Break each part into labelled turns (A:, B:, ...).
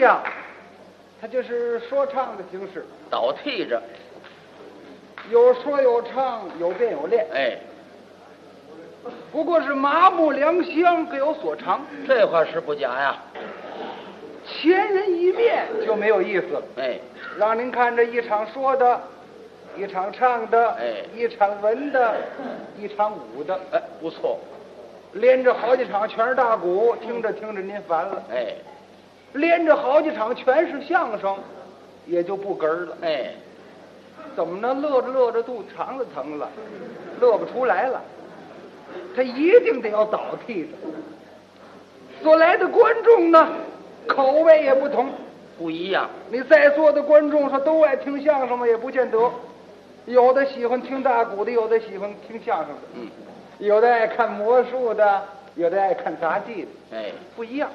A: 呀、它就是说唱的形式，
B: 倒替着，
A: 有说有唱，有变有练，
B: 哎，
A: 不过是麻木良乡，各有所长。
B: 这话是不假呀，
A: 前人一面就没有意思了，
B: 哎，
A: 让您看这一场说的，一场唱的，
B: 哎
A: 一场文的，一场武的，
B: 哎，不错，
A: 连着好几场全是大鼓，听着听着您烦了，
B: 哎，
A: 连着好几场全是相声，也就不哏儿了。
B: 哎，
A: 怎么呢？乐着乐着肚子肠子疼了，乐不出来了。他一定得要倒替着。所来的观众呢，口味也不同。
B: 不一样，
A: 你在座的观众说都爱听相声吗？也不见得。有的喜欢听大鼓的，有的喜欢听相声的，
B: 嗯，
A: 有的爱看魔术的，有的爱看杂技的，
B: 哎，
A: 不一样。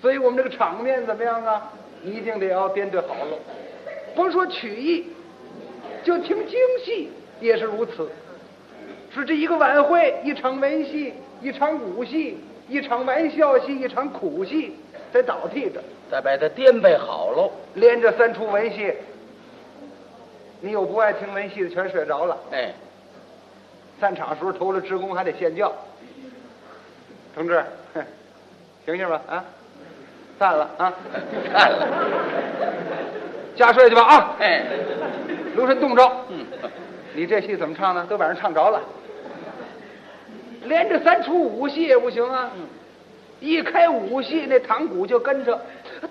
A: 所以我们这个场面怎么样啊？一定得要编对好了。甭说曲艺，就听京戏也是如此。是这一个晚会，一场文戏，一场武戏，一场玩笑戏，一场苦戏，得倒替着，
B: 再把它颠背好喽，
A: 连着三出文戏。你有不爱听文戏的，全睡着了。
B: 哎，
A: 散场时候投了职工还得现叫，同志，哼醒醒吧啊，散了啊，
B: 看了，
A: 家睡去吧啊，
B: 哎，
A: 留神冻着。
B: 嗯，
A: 你这戏怎么唱呢？都把人唱着了，连着三出武戏也不行啊！一开武戏，那堂鼓就跟着，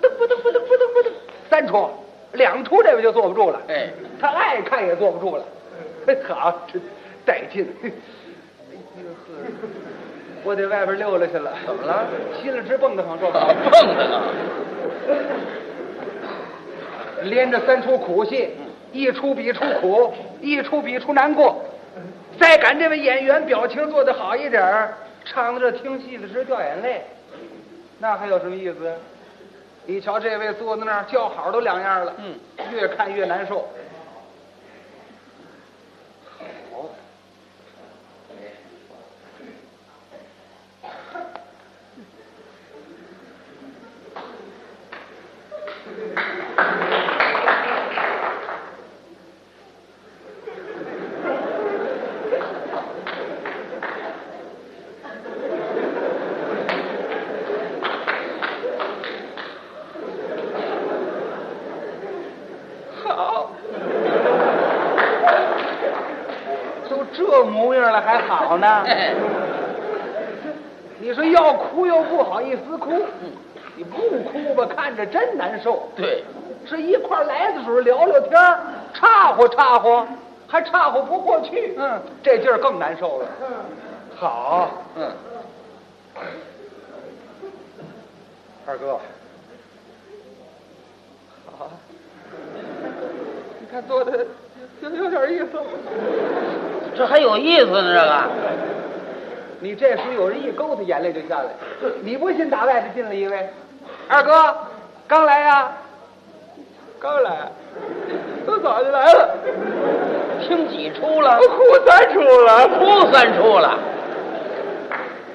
A: 噔不噔不噔不噔不噔，三出，两出这位就坐不住了。
B: 哎，
A: 他爱看也坐不住了。 嘿，好，这带劲！ 嘿我得外边溜溜去了。
B: 怎么了？
A: 心里直蹦得慌，这
B: 啊，蹦的呢，
A: 连着三出苦戏，一出比一出苦，一出比一出难过。再赶这位演员表情做得好一点儿，唱到这听戏的时候掉眼泪，那还有什么意思？你瞧这位坐在那儿叫好都两样了，
B: 嗯，
A: 越看越难受。好，好，都这模样了还好呢。
B: 哎，
A: 你说要哭又不好意思哭，
B: 嗯
A: 你不哭吧，看着真难受。
B: 对，
A: 这一块儿来的时候聊聊天儿，岔乎岔乎，还岔乎不过去。嗯，这劲儿更难受了。嗯，好，
B: 嗯，
A: 二哥，好，你看做的有有点意思。
B: 这还有意思呢，这个，
A: 你这时候有人一勾他，眼泪就下来。你不信，打外头进了一位，二哥，刚来呀、刚来，都早就来了，
B: 听几出了，
A: 哭三出了，
B: 哭三出了，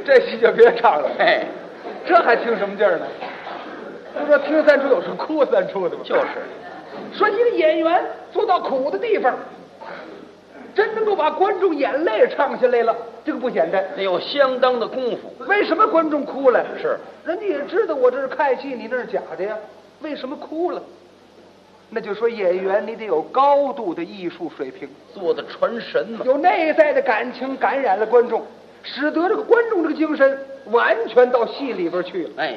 A: 这戏就别唱了，
B: 哎，
A: 这还听什么劲儿呢？不说听三出有时候哭三出的吗？
B: 就是，
A: 说一个演员做到苦的地方，真能够把观众眼泪唱下来了，这个不简单。
B: 得有相当的功夫，
A: 为什么观众哭了？
B: 是，
A: 人家也知道我这是看戏，你那是假的呀，为什么哭了？那就说演员，你得有高度的艺术水平，
B: 做的传神嘛，
A: 有内在的感情感染了观众，使得这个观众这个精神完全到戏里边去了，
B: 哎，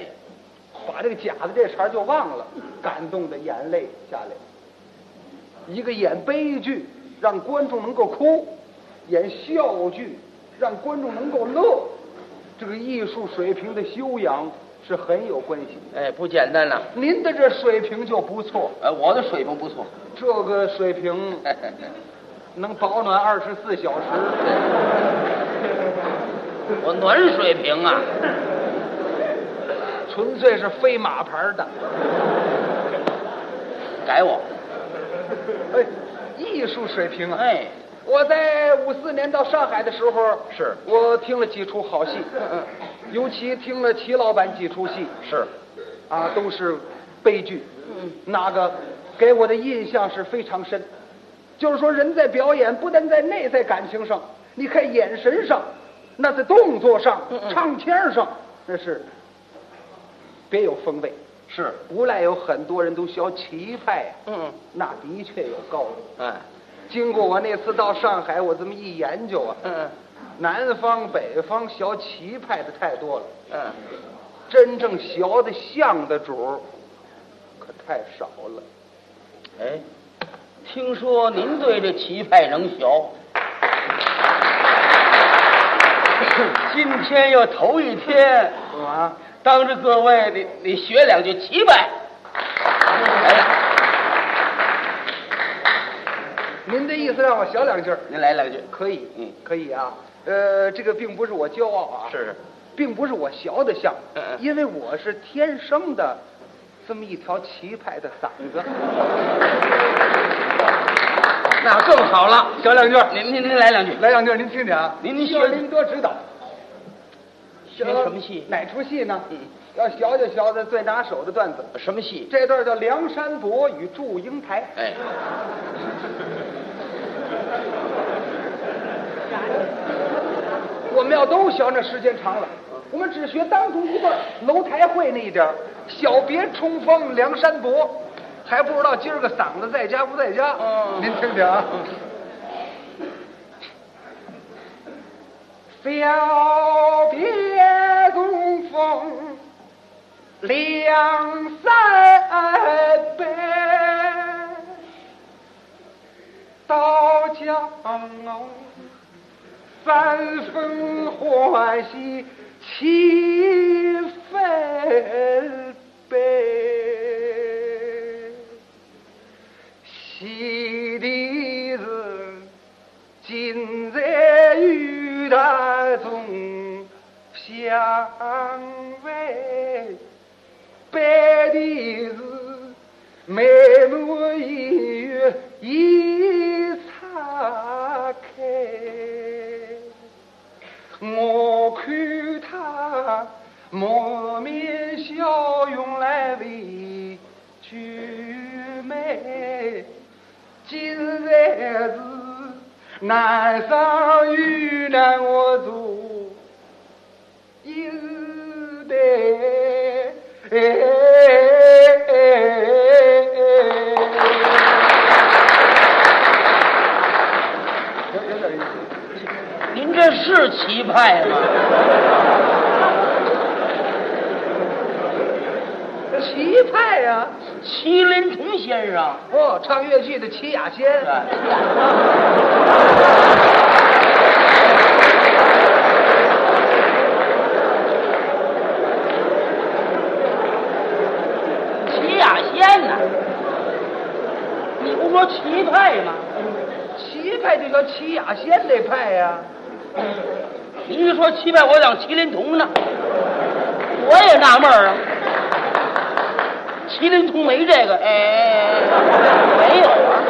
A: 把这个假的这茬儿就忘了，感动的眼泪下来了。一个演悲剧让观众能够哭，演笑剧让观众能够乐，这个艺术水平的修养是很有关系的。
B: 哎，不简单呐、
A: 您的这水平就不错，
B: 哎，我的水平不错，
A: 这个水平能保暖二十四小时。
B: 我暖水平啊，
A: 纯粹是飞马牌的。
B: 改我，
A: 哎，艺术水平啊！
B: 哎，
A: 我在五四年到上海的时候，
B: 是嗯
A: 我听了几出嗯好戏，尤其听了齐老板几出戏，
B: 是，
A: 啊，都是悲剧。
B: 嗯，
A: 那个给我的印象是非常深，就是说人在表演，不但在内在感情上，你看眼神上，那在动作上
B: 嗯、嗯
A: 唱腔上，那是别有风味。
B: 是，
A: 无赖有很多人都学棋派呀、
B: 嗯，
A: 那的确有道理。
B: 哎，
A: 经过我那次到上海，我这么一研究啊，
B: 嗯
A: 南方北方学棋派的太多了，
B: 嗯，
A: 真正学的像的主儿可太少了。
B: 哎，听说您对这棋派能学， 今天又头一天，
A: 啊，
B: 当着各位，你你学两句棋派。哎来了，
A: 您的意思让我学两句儿，
B: 您来两句。
A: 可以，
B: 嗯
A: 可以啊。呃，这个并不是我骄傲啊，
B: 是是，
A: 并不是我学的像
B: 嗯嗯，
A: 因为我是天生的这么一条棋派的嗓子。
B: 嗯那更好了。
A: 学两句儿，
B: 您您您来两句。
A: 来两句儿您听听啊。
B: 您您
A: 需要
B: 学
A: 您多指导。
B: 学什么戏
A: 哪出戏呢？
B: 嗯，
A: 要学就学的最拿手的段子。
B: 什么戏？
A: 这段叫《梁山伯与祝英台
B: 哎，》，
A: 我们要都学，那时间长了，我们只学当中一段楼台会那一点儿小别冲锋梁山伯，还不知道今儿个嗓子在家不在家。
B: 嗯
A: 您听听啊。小别东风，梁山伯，到哦江楼，三分欢喜七分悲，喜的是。今在雨大中相偎，白的是眉目一月一岔开，我看他满面笑容来为举眉。今日是难上遇难我主一日的。有有点意思，
B: 您这是棋派吗？
A: 棋派啊呀、
B: 麒麟童先生。
A: 哦，唱越剧的齐雅仙，
B: 哎齐雅仙啊呐，你不说棋派吗？
A: 棋派就叫齐雅仙那派啊呀、
B: 你一说棋派，我想麒麟童呢，我也纳闷儿啊。麒麟童没这个，哎，没有啊。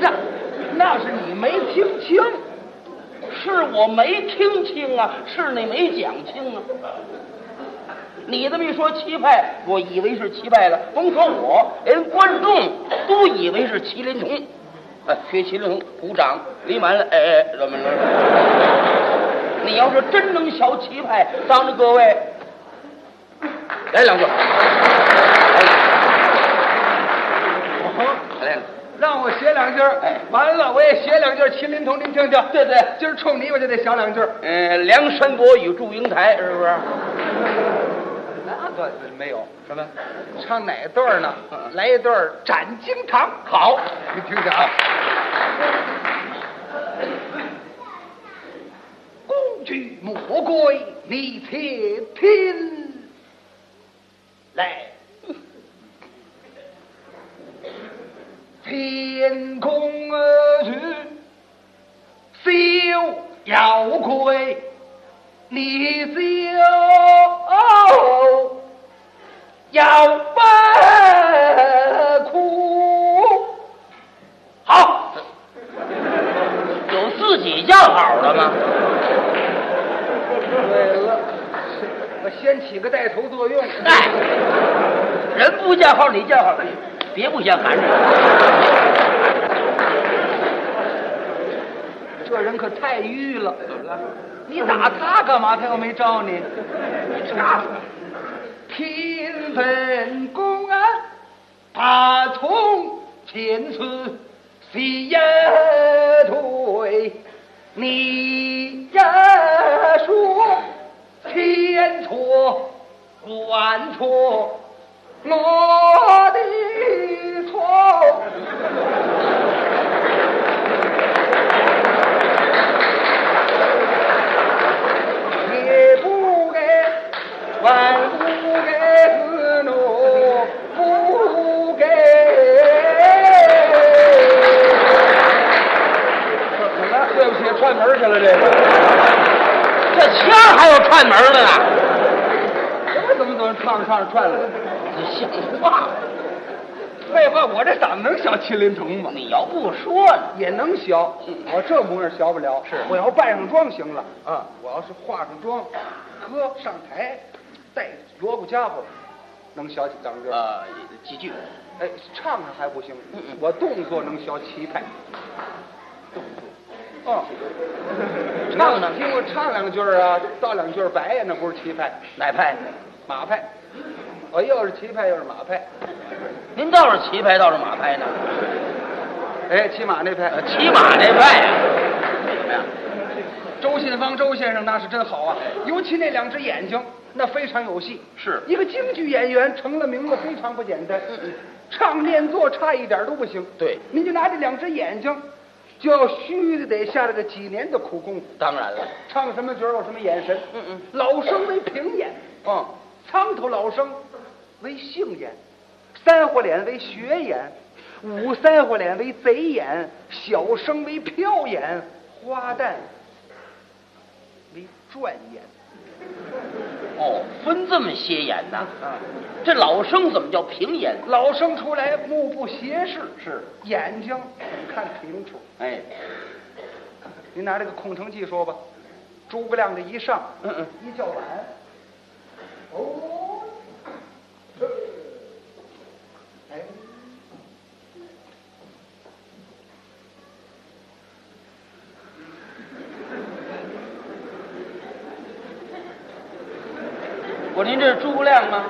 A: 那那是你没听清，
B: 是我没听清啊，是你没讲清啊。你这么一说棋派，我以为是棋派的，甭说我，连观众都以为是麒麟童。哎，学麒麟童，鼓掌，离完了，哎哎，怎么了？你要是真能学棋派，当着各位，来两句，来两句。
A: 让我写两句儿，
B: 哎
A: 完了我也写两句儿。麒麟童，您听听，
B: 对对
A: 今儿冲你我就得想两句儿。
B: 嗯，梁山伯与祝英台是不是？
A: 那个没有，
B: 什么？
A: 唱哪段儿呢
B: 嗯？
A: 来一段儿《斩荆堂》，好，你听听啊。公举莫归，你且听来。天空而去，逍遥归。你哎就要不哭，
B: 好，有自己叫好的吗？
A: 对了，我先起个带头作用。
B: 哎，人不见好，你见好，别不嫌寒碜。
A: 这人可太郁了，
B: 怎么了？
A: 你打他干嘛？他又没招你。勤奋公安，啊打从前次西呀退，你呀说千错万错，我的错。也不该，万不该是我不该。怎么了？对不起，串门去了这个。
B: 这腔还有串门的呢，
A: 怎么怎么怎么串着串着串了？
B: 你像话吗？
A: 废话，我这嗓子能小麒麟童吗？
B: 你要不说呢？
A: 也能学，我这模样学不了。
B: 嗯是
A: 我要扮上妆行了。
B: 啊，
A: 我要是化上妆，呵，上台，带锣鼓家伙，能学起当真。
B: 呃，几句，
A: 哎，唱上还不行
B: 嗯嗯，
A: 我动作能学七拍。动作，哦，
B: 唱呢
A: 听我唱两句儿啊，道两句儿白呀，那不是七拍，
B: 哪派？
A: 马拍。我又是七拍又是马拍，
B: 您倒是骑派，倒是马派呢？
A: 哎，骑马那派。
B: 呃骑马那派啊呀、怎么样？
A: 周信芳周先生那是真好啊，
B: 哎
A: 尤其那两只眼睛，那非常有戏。
B: 是嗯
A: 一个京剧演员成了名了，非常不简单。唱念做差一点都不行。
B: 对
A: 您就拿这两只眼睛，就要虚的得下了个几年的苦功夫。
B: 当然了，
A: 唱什么角儿有什么眼神。
B: 嗯嗯，
A: 老生为平眼，
B: 嗯，
A: 苍头老生为杏眼，三花脸为学眼，五三花脸为贼眼，小生为飘眼，花旦为转眼。
B: 哦，分这么些眼呐？
A: 啊，
B: 这老生怎么叫平眼？
A: 老生出来目不斜视，
B: 是，
A: 眼睛很看平处。
B: 哎，
A: 您拿这个空城计说吧，诸葛亮这一上，
B: 嗯嗯，
A: 一叫板，哦，这哎，
B: 我您这是诸葛亮吗？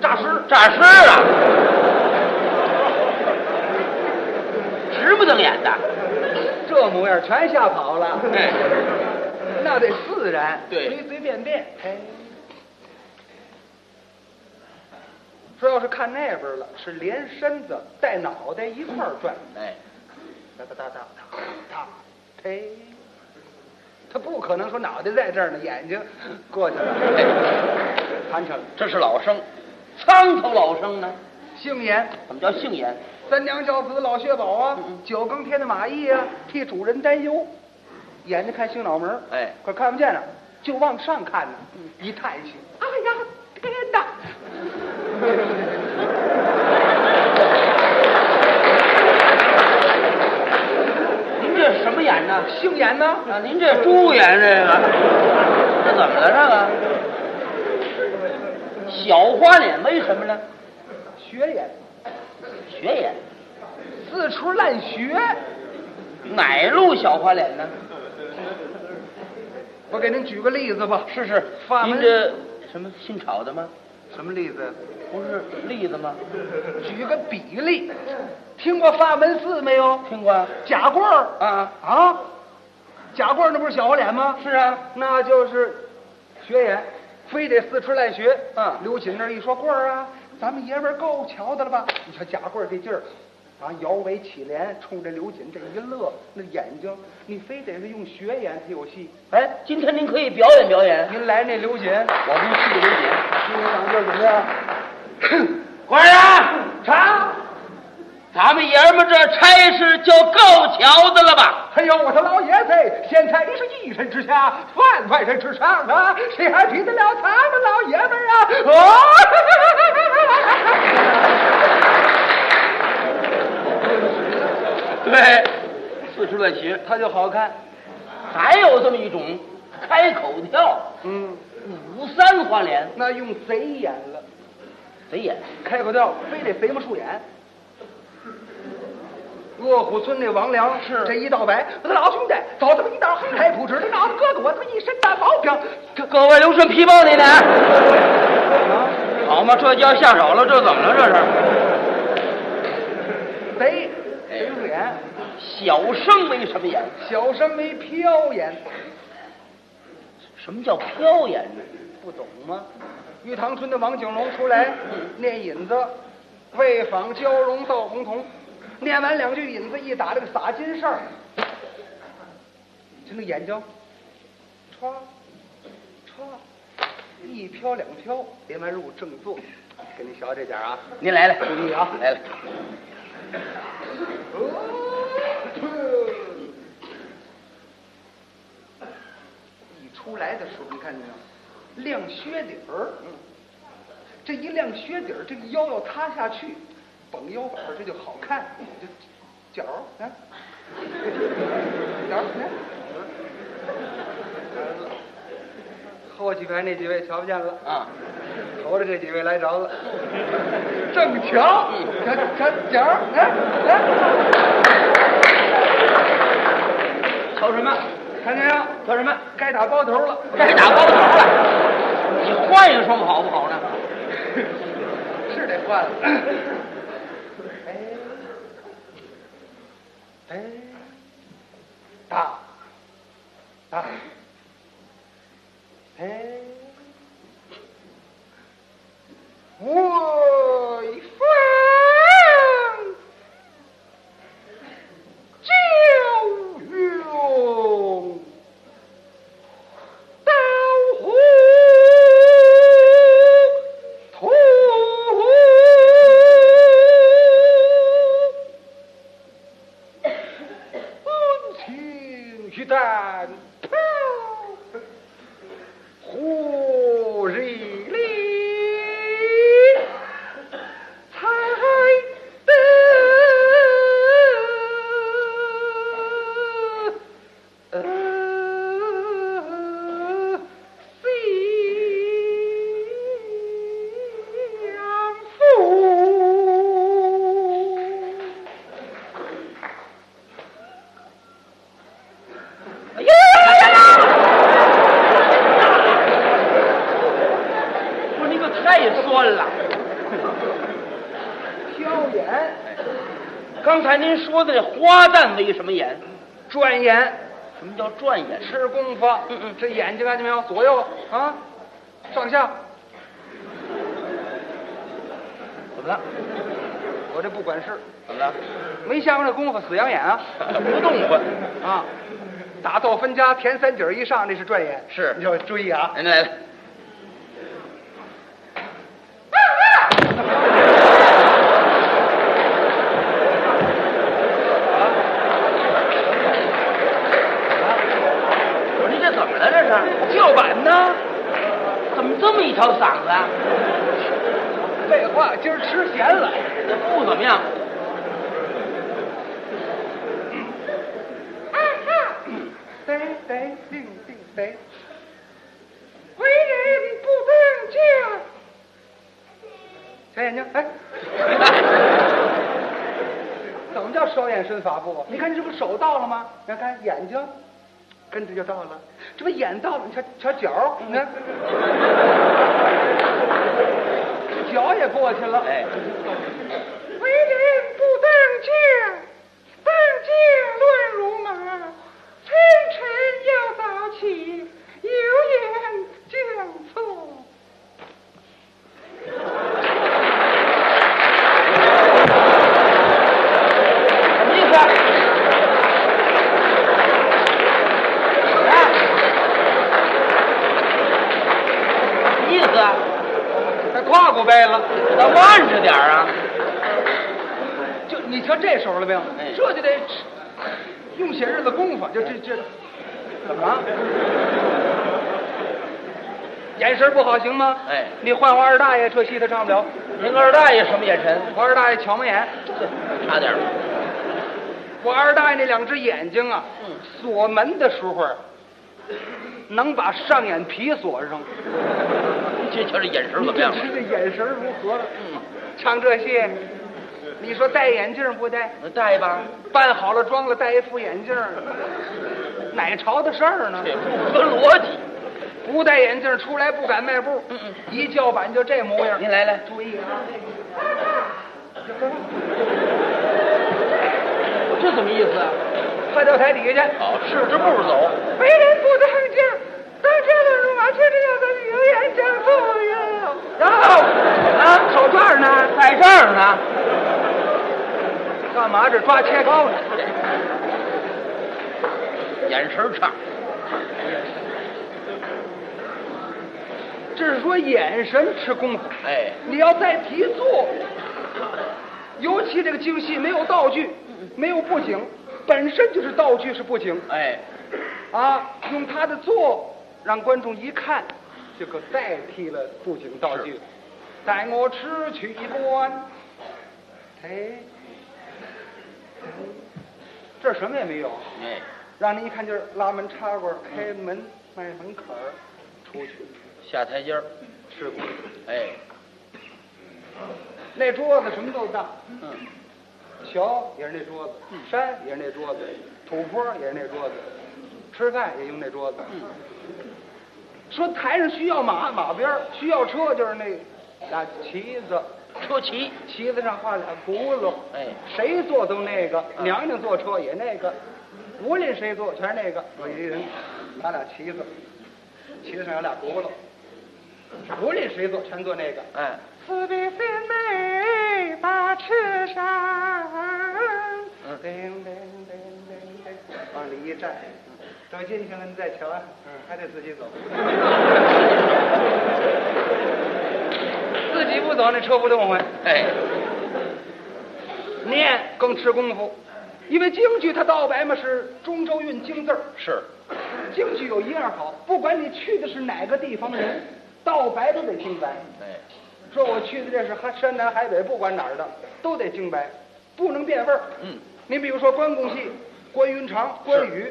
B: 诈尸，诈尸啊！ 直不瞪眼的，
A: 这模样全吓跑了，
B: 哎，
A: 那得自然，
B: 对
A: 随随便便，哎。说要是看那边了，是连身子带脑袋一块儿转，
B: 哎，
A: 哒哒哒哒哒哒，呸！他不可能说脑袋在这儿呢，眼睛过去了，盘去了。
B: 这是老生，苍头老生呢？
A: 姓严，
B: 怎么叫杏眼？
A: 三娘教子老薛宝
B: 嗯
A: 啊，九更天的马义啊，替主人担忧，眼睛看性脑门儿
B: 哎嗯
A: 可看不见了，就往上看呢，一叹息，哎呀，天 哪！
B: 您这是什么眼呢？
A: 姓严呢，
B: 啊，您这猪眼这个，这怎么了？这个小花脸为什么呢？
A: 学眼，
B: 学眼，
A: 四处烂学。
B: 哪路小花脸呢？
A: 我给您举个例子吧，
B: 是是，
A: 发
B: 您
A: 文
B: 这什么姓炒的吗？
A: 什么例子？
B: 不是栗子吗？
A: 举个比例，听过法门寺没有？
B: 听过啊？
A: 贾罐儿
B: 啊，
A: 啊，贾罐儿那不是小花脸吗？
B: 是啊，
A: 那就是学演，非得四处乱学。
B: 嗯
A: 刘瑾那儿一说棍儿啊，咱们爷们儿够瞧的了吧？你瞧贾棍儿这劲儿，啊，摇尾乞怜，冲着刘瑾这一乐，那眼睛，你非得是用学演才有戏。
B: 哎，今天您可以表演表演。
A: 您来那刘瑾，
B: 我们去刘瑾。
A: 听我两句儿怎么样？
B: 官人啊，
A: 查！
B: 咱们爷们这差事就够瞧的了吧？
A: 哎呦，我说老爷子，现在你是一人之下，万万人之上啊，谁还比得了咱们老爷们儿啊？哦。
B: 对，四处乱学，
A: 他就好看。
B: 还有这么一种开口跳。
A: 嗯，
B: 五三花脸，
A: 那用贼眼了，
B: 谁演？
A: 开口调非得肥木竖眼。恶虎村那王良
B: 是
A: 这一道白，我的老兄弟，走他妈一道横开普直，他脑袋哥哥我他妈一身大毛病。
B: 各各位留神皮包你呢，
A: 啊，
B: 好嘛，这就要下手了，这怎么了？这
A: 贼贼木眼，
B: 是小生没什么演，
A: 小生没飘眼，
B: 什么叫飘演呢？
A: 不懂吗？玉堂春的王景龙出来念引子，为访蛟龙造红瞳，念完两句引子一打这个洒金扇儿，就那眼睛，歘歘，一飘两飘，连完入正坐，给你学这点儿啊。
B: 您来了，
A: 注意啊
B: 来了，
A: 一出来的时候，你看见没有？亮靴底儿，嗯这一亮靴底儿，这个腰要塌下去，绷腰板儿，这就好看。这脚儿，看，脚儿，啊你看。后几排那几位瞧不见了，
B: 啊，
A: 头着这几位来着了，正瞧，瞧瞧瞧，哎哎，
B: 瞧什么？
A: 看见没有？
B: 瞧什么？
A: 该打包头了。
B: 该打包头了，你换一双好不好呢？
A: 是得换了。哎，哎，打，打，哎，我一放就用刀虎图。温情一旦抛，火热里才得。呃，相负。
B: 哎呀呀呀呀呀！不是你可太酸了。
A: 挑眼、
B: 刚才您说的这花旦为什么演？
A: 转眼
B: 什么叫转演？
A: 是功夫。
B: 嗯嗯
A: 这眼睛看见没有？左右啊，上下。
B: 怎么了？
A: 我这不管事，
B: 怎么了？
A: 没下过这功夫，死养眼啊
B: 不动换。
A: 啊！打到分家前三景一上，那是转眼。
B: 是
A: 你要注意啊。
B: 人来了。我说你这怎么了？这是叫板呢？怎么这么一条嗓子啊？
A: 废话，今儿吃咸了。
B: 这不怎么 样。
A: 得得定定得，为人不当家。小眼睛，哎，怎么叫手眼身法步啊？你看你这不手到了吗？你看眼睛，跟着就到了。这不眼到了，你瞧瞧脚，你看，脚也过去了。
B: 哎，
A: 为人不当家，当家乱如麻。清晨要早起，有眼将错。
B: 什么意思？哎，什么意思啊？
A: 还胯骨掰了，
B: 咱慢着点儿啊！
A: 就你瞧这手了没有？
B: 哎
A: 这就得吃用些日子功夫，就这这怎么了？眼神不好行吗？
B: 哎
A: 你换换二大爷，这戏他唱不了。
B: 您二大爷什么眼神？
A: 我二大爷瞧眉眼，
B: 差点儿。
A: 我二大爷那两只眼睛啊，
B: 嗯
A: 锁门的时候，啊能把上眼皮锁上，
B: 这瞧这眼神
A: 你
B: 怎么样啊嗯
A: 这
B: 了？
A: 是这眼神如何了？唱这些，你说戴眼镜不戴？
B: 那戴吧，
A: 扮好了妆了，戴一副眼镜儿，哪朝的事儿呢
B: 这？不合逻辑。
A: 不戴眼镜儿出来不敢迈步，
B: 嗯嗯
A: 一叫板就这模样。
B: 您来来，
A: 注意啊！
B: 这什么意思啊？
A: 快到台底下去。
B: 哦，是这步走，
A: 为人不当镜，当家的如麻雀这样的有眼见父母然后
B: 哦
A: 啊，手绢儿呢，在这儿呢，干嘛这抓切糕呢？
B: 眼神差。
A: 这是说眼神吃功夫，
B: 哎，
A: 你要再提做，尤其这个京戏没有道具，没有布景，本身就是道具是布景
B: 哎，
A: 啊，用他的做让观众一看，就可代替了布景道具
B: 是。
A: 带我吃去一关，哎，这儿什么也没有，
B: 哎，
A: 让您一看就是拉门插管开门迈门槛儿出去
B: 下台阶儿，
A: 吃过。
B: 哎，
A: 那桌子什么都大，
B: 嗯，
A: 桥也是那桌子，山也是那桌子，土坡也是那桌子，吃饭也用那桌子。
B: 嗯
A: 说台上需要马马鞭儿，需要车就是那俩旗子，
B: 车骑，
A: 旗子上画俩轱辘。
B: 哎，
A: 谁坐都那个，
B: 嗯
A: 娘娘坐车也那个，无论谁坐全是那个。
B: 嗯
A: 我一人拿俩旗子，旗子上有俩轱辘，无论谁坐全坐那个。
B: 哎，
A: 慈悲心美把赤山，
B: 嗯
A: 叮叮叮叮叮，往里一站，走进去了你再瞧啊，还得自己走，自己不走那车不动换，
B: 哎，
A: 念更吃功夫，因为京剧它到白嘛是中州韵京字儿，
B: 是，
A: 京剧有一样好，不管你去的是哪个地方的人，到白都得听白。
B: 哎，
A: 说我去的这是哈山南海北，不管哪儿的都得精白，不能变味儿。
B: 嗯，
A: 您比如说关公戏，关云长、关羽，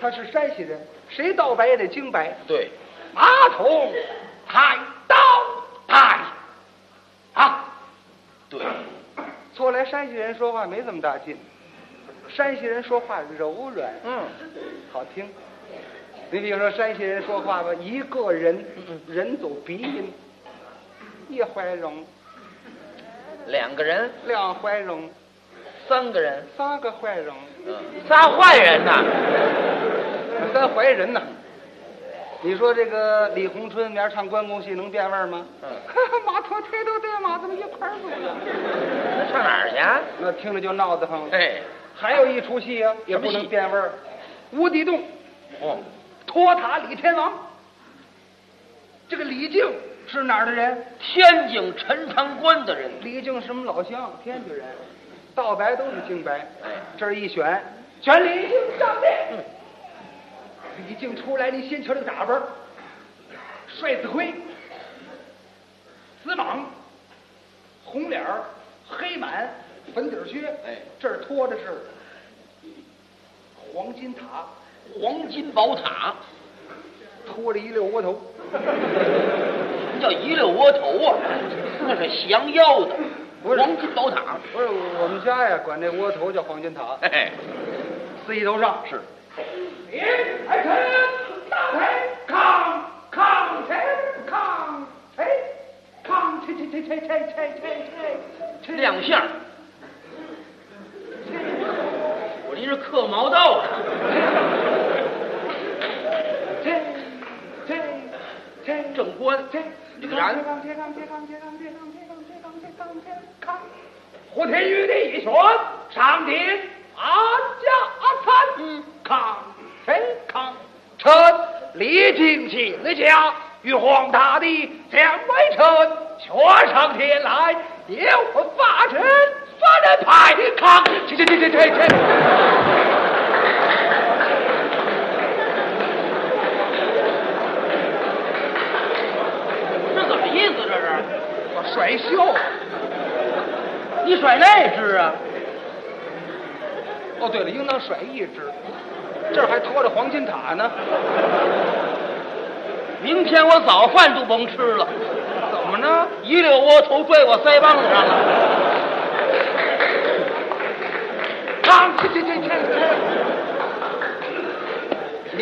A: 他是山西人，谁到白也得精白。
B: 对，
A: 马桶抬刀抬，啊，
B: 对，
A: 后来山西人说话没这么大劲，山西人说话柔软
B: 嗯，
A: 好听。你比如说山西人说话吧，一个人人走鼻音，一怀容，
B: 两个人，
A: 两怀容。
B: 三个人，
A: 三个坏人，
B: 嗯，仨坏人呐，
A: 三怀人呐。你说这个李红春明儿唱关公戏能变味儿吗？
B: 嗯，
A: 马头抬头对马，怎么一块儿走呀？
B: 那上哪儿去啊？
A: 那听着就闹得慌。
B: 哎，
A: 还有一出戏啊，也不
B: 什么
A: 能
B: 戏
A: 变味儿，《无底洞》
B: 哦，
A: 托塔李天王。这个李靖是哪儿的人？
B: 天津陈长关的人，
A: 李靖是我们老乡，天津人，道白都是京白。
B: 哎，
A: 这儿一选，选李靖上阵。李靖出来，你先瞧这个打扮儿，帅死灰，紫蟒，红脸儿，黑满，粉底儿靴，
B: 哎，
A: 这儿拖着是黄金塔，
B: 黄金宝塔，
A: 拖着一溜窝头，
B: 什么叫一溜窝头啊？那是降妖的，
A: 不是
B: 黄金宝塔，
A: 不是我们家呀，管这窝头叫黄金塔，
B: 嘿嘿，
A: 司仪头上
B: 是，
A: 您还臣大台抗抗谁抗谁抗谁谁谁谁谁谁谁谁
B: 亮相儿。我这是刻毛道的，
A: 谁谁谁
B: 正官
A: 谁
B: 这个然
A: 火天玉的一拳，上天阿家参，嗯，抗谁抗？臣李靖请了假，玉皇大帝将微臣全上天来，有我法臣三人派抗，去去去去去去。
B: 这怎么意思？这是
A: 我甩袖，
B: 你甩那只啊？
A: 哦对了，应当甩一只，这儿还拖着黄金塔呢，
B: 明天我早饭都甭吃了，
A: 怎么呢？
B: 一溜窝头拽我腮帮子上了。
A: 啊，这这这这这，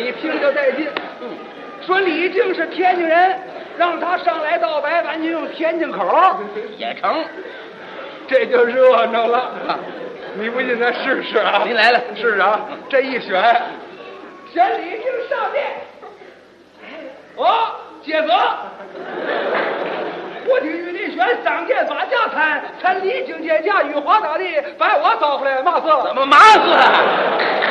A: 你听着带劲。
B: 嗯，
A: 说李靖是天津人，让他上来到白咱就用天津口，
B: 也成。
A: 这就热闹了。
B: 啊，
A: 你不信，咱试试啊！
B: 您来了
A: 试试啊！这一选，选李靖上殿，哦，解责。我举玉立选，赏剑把家参，参李靖解驾，雨滑倒地，把我扫回来，骂死了。
B: 怎么麻死了？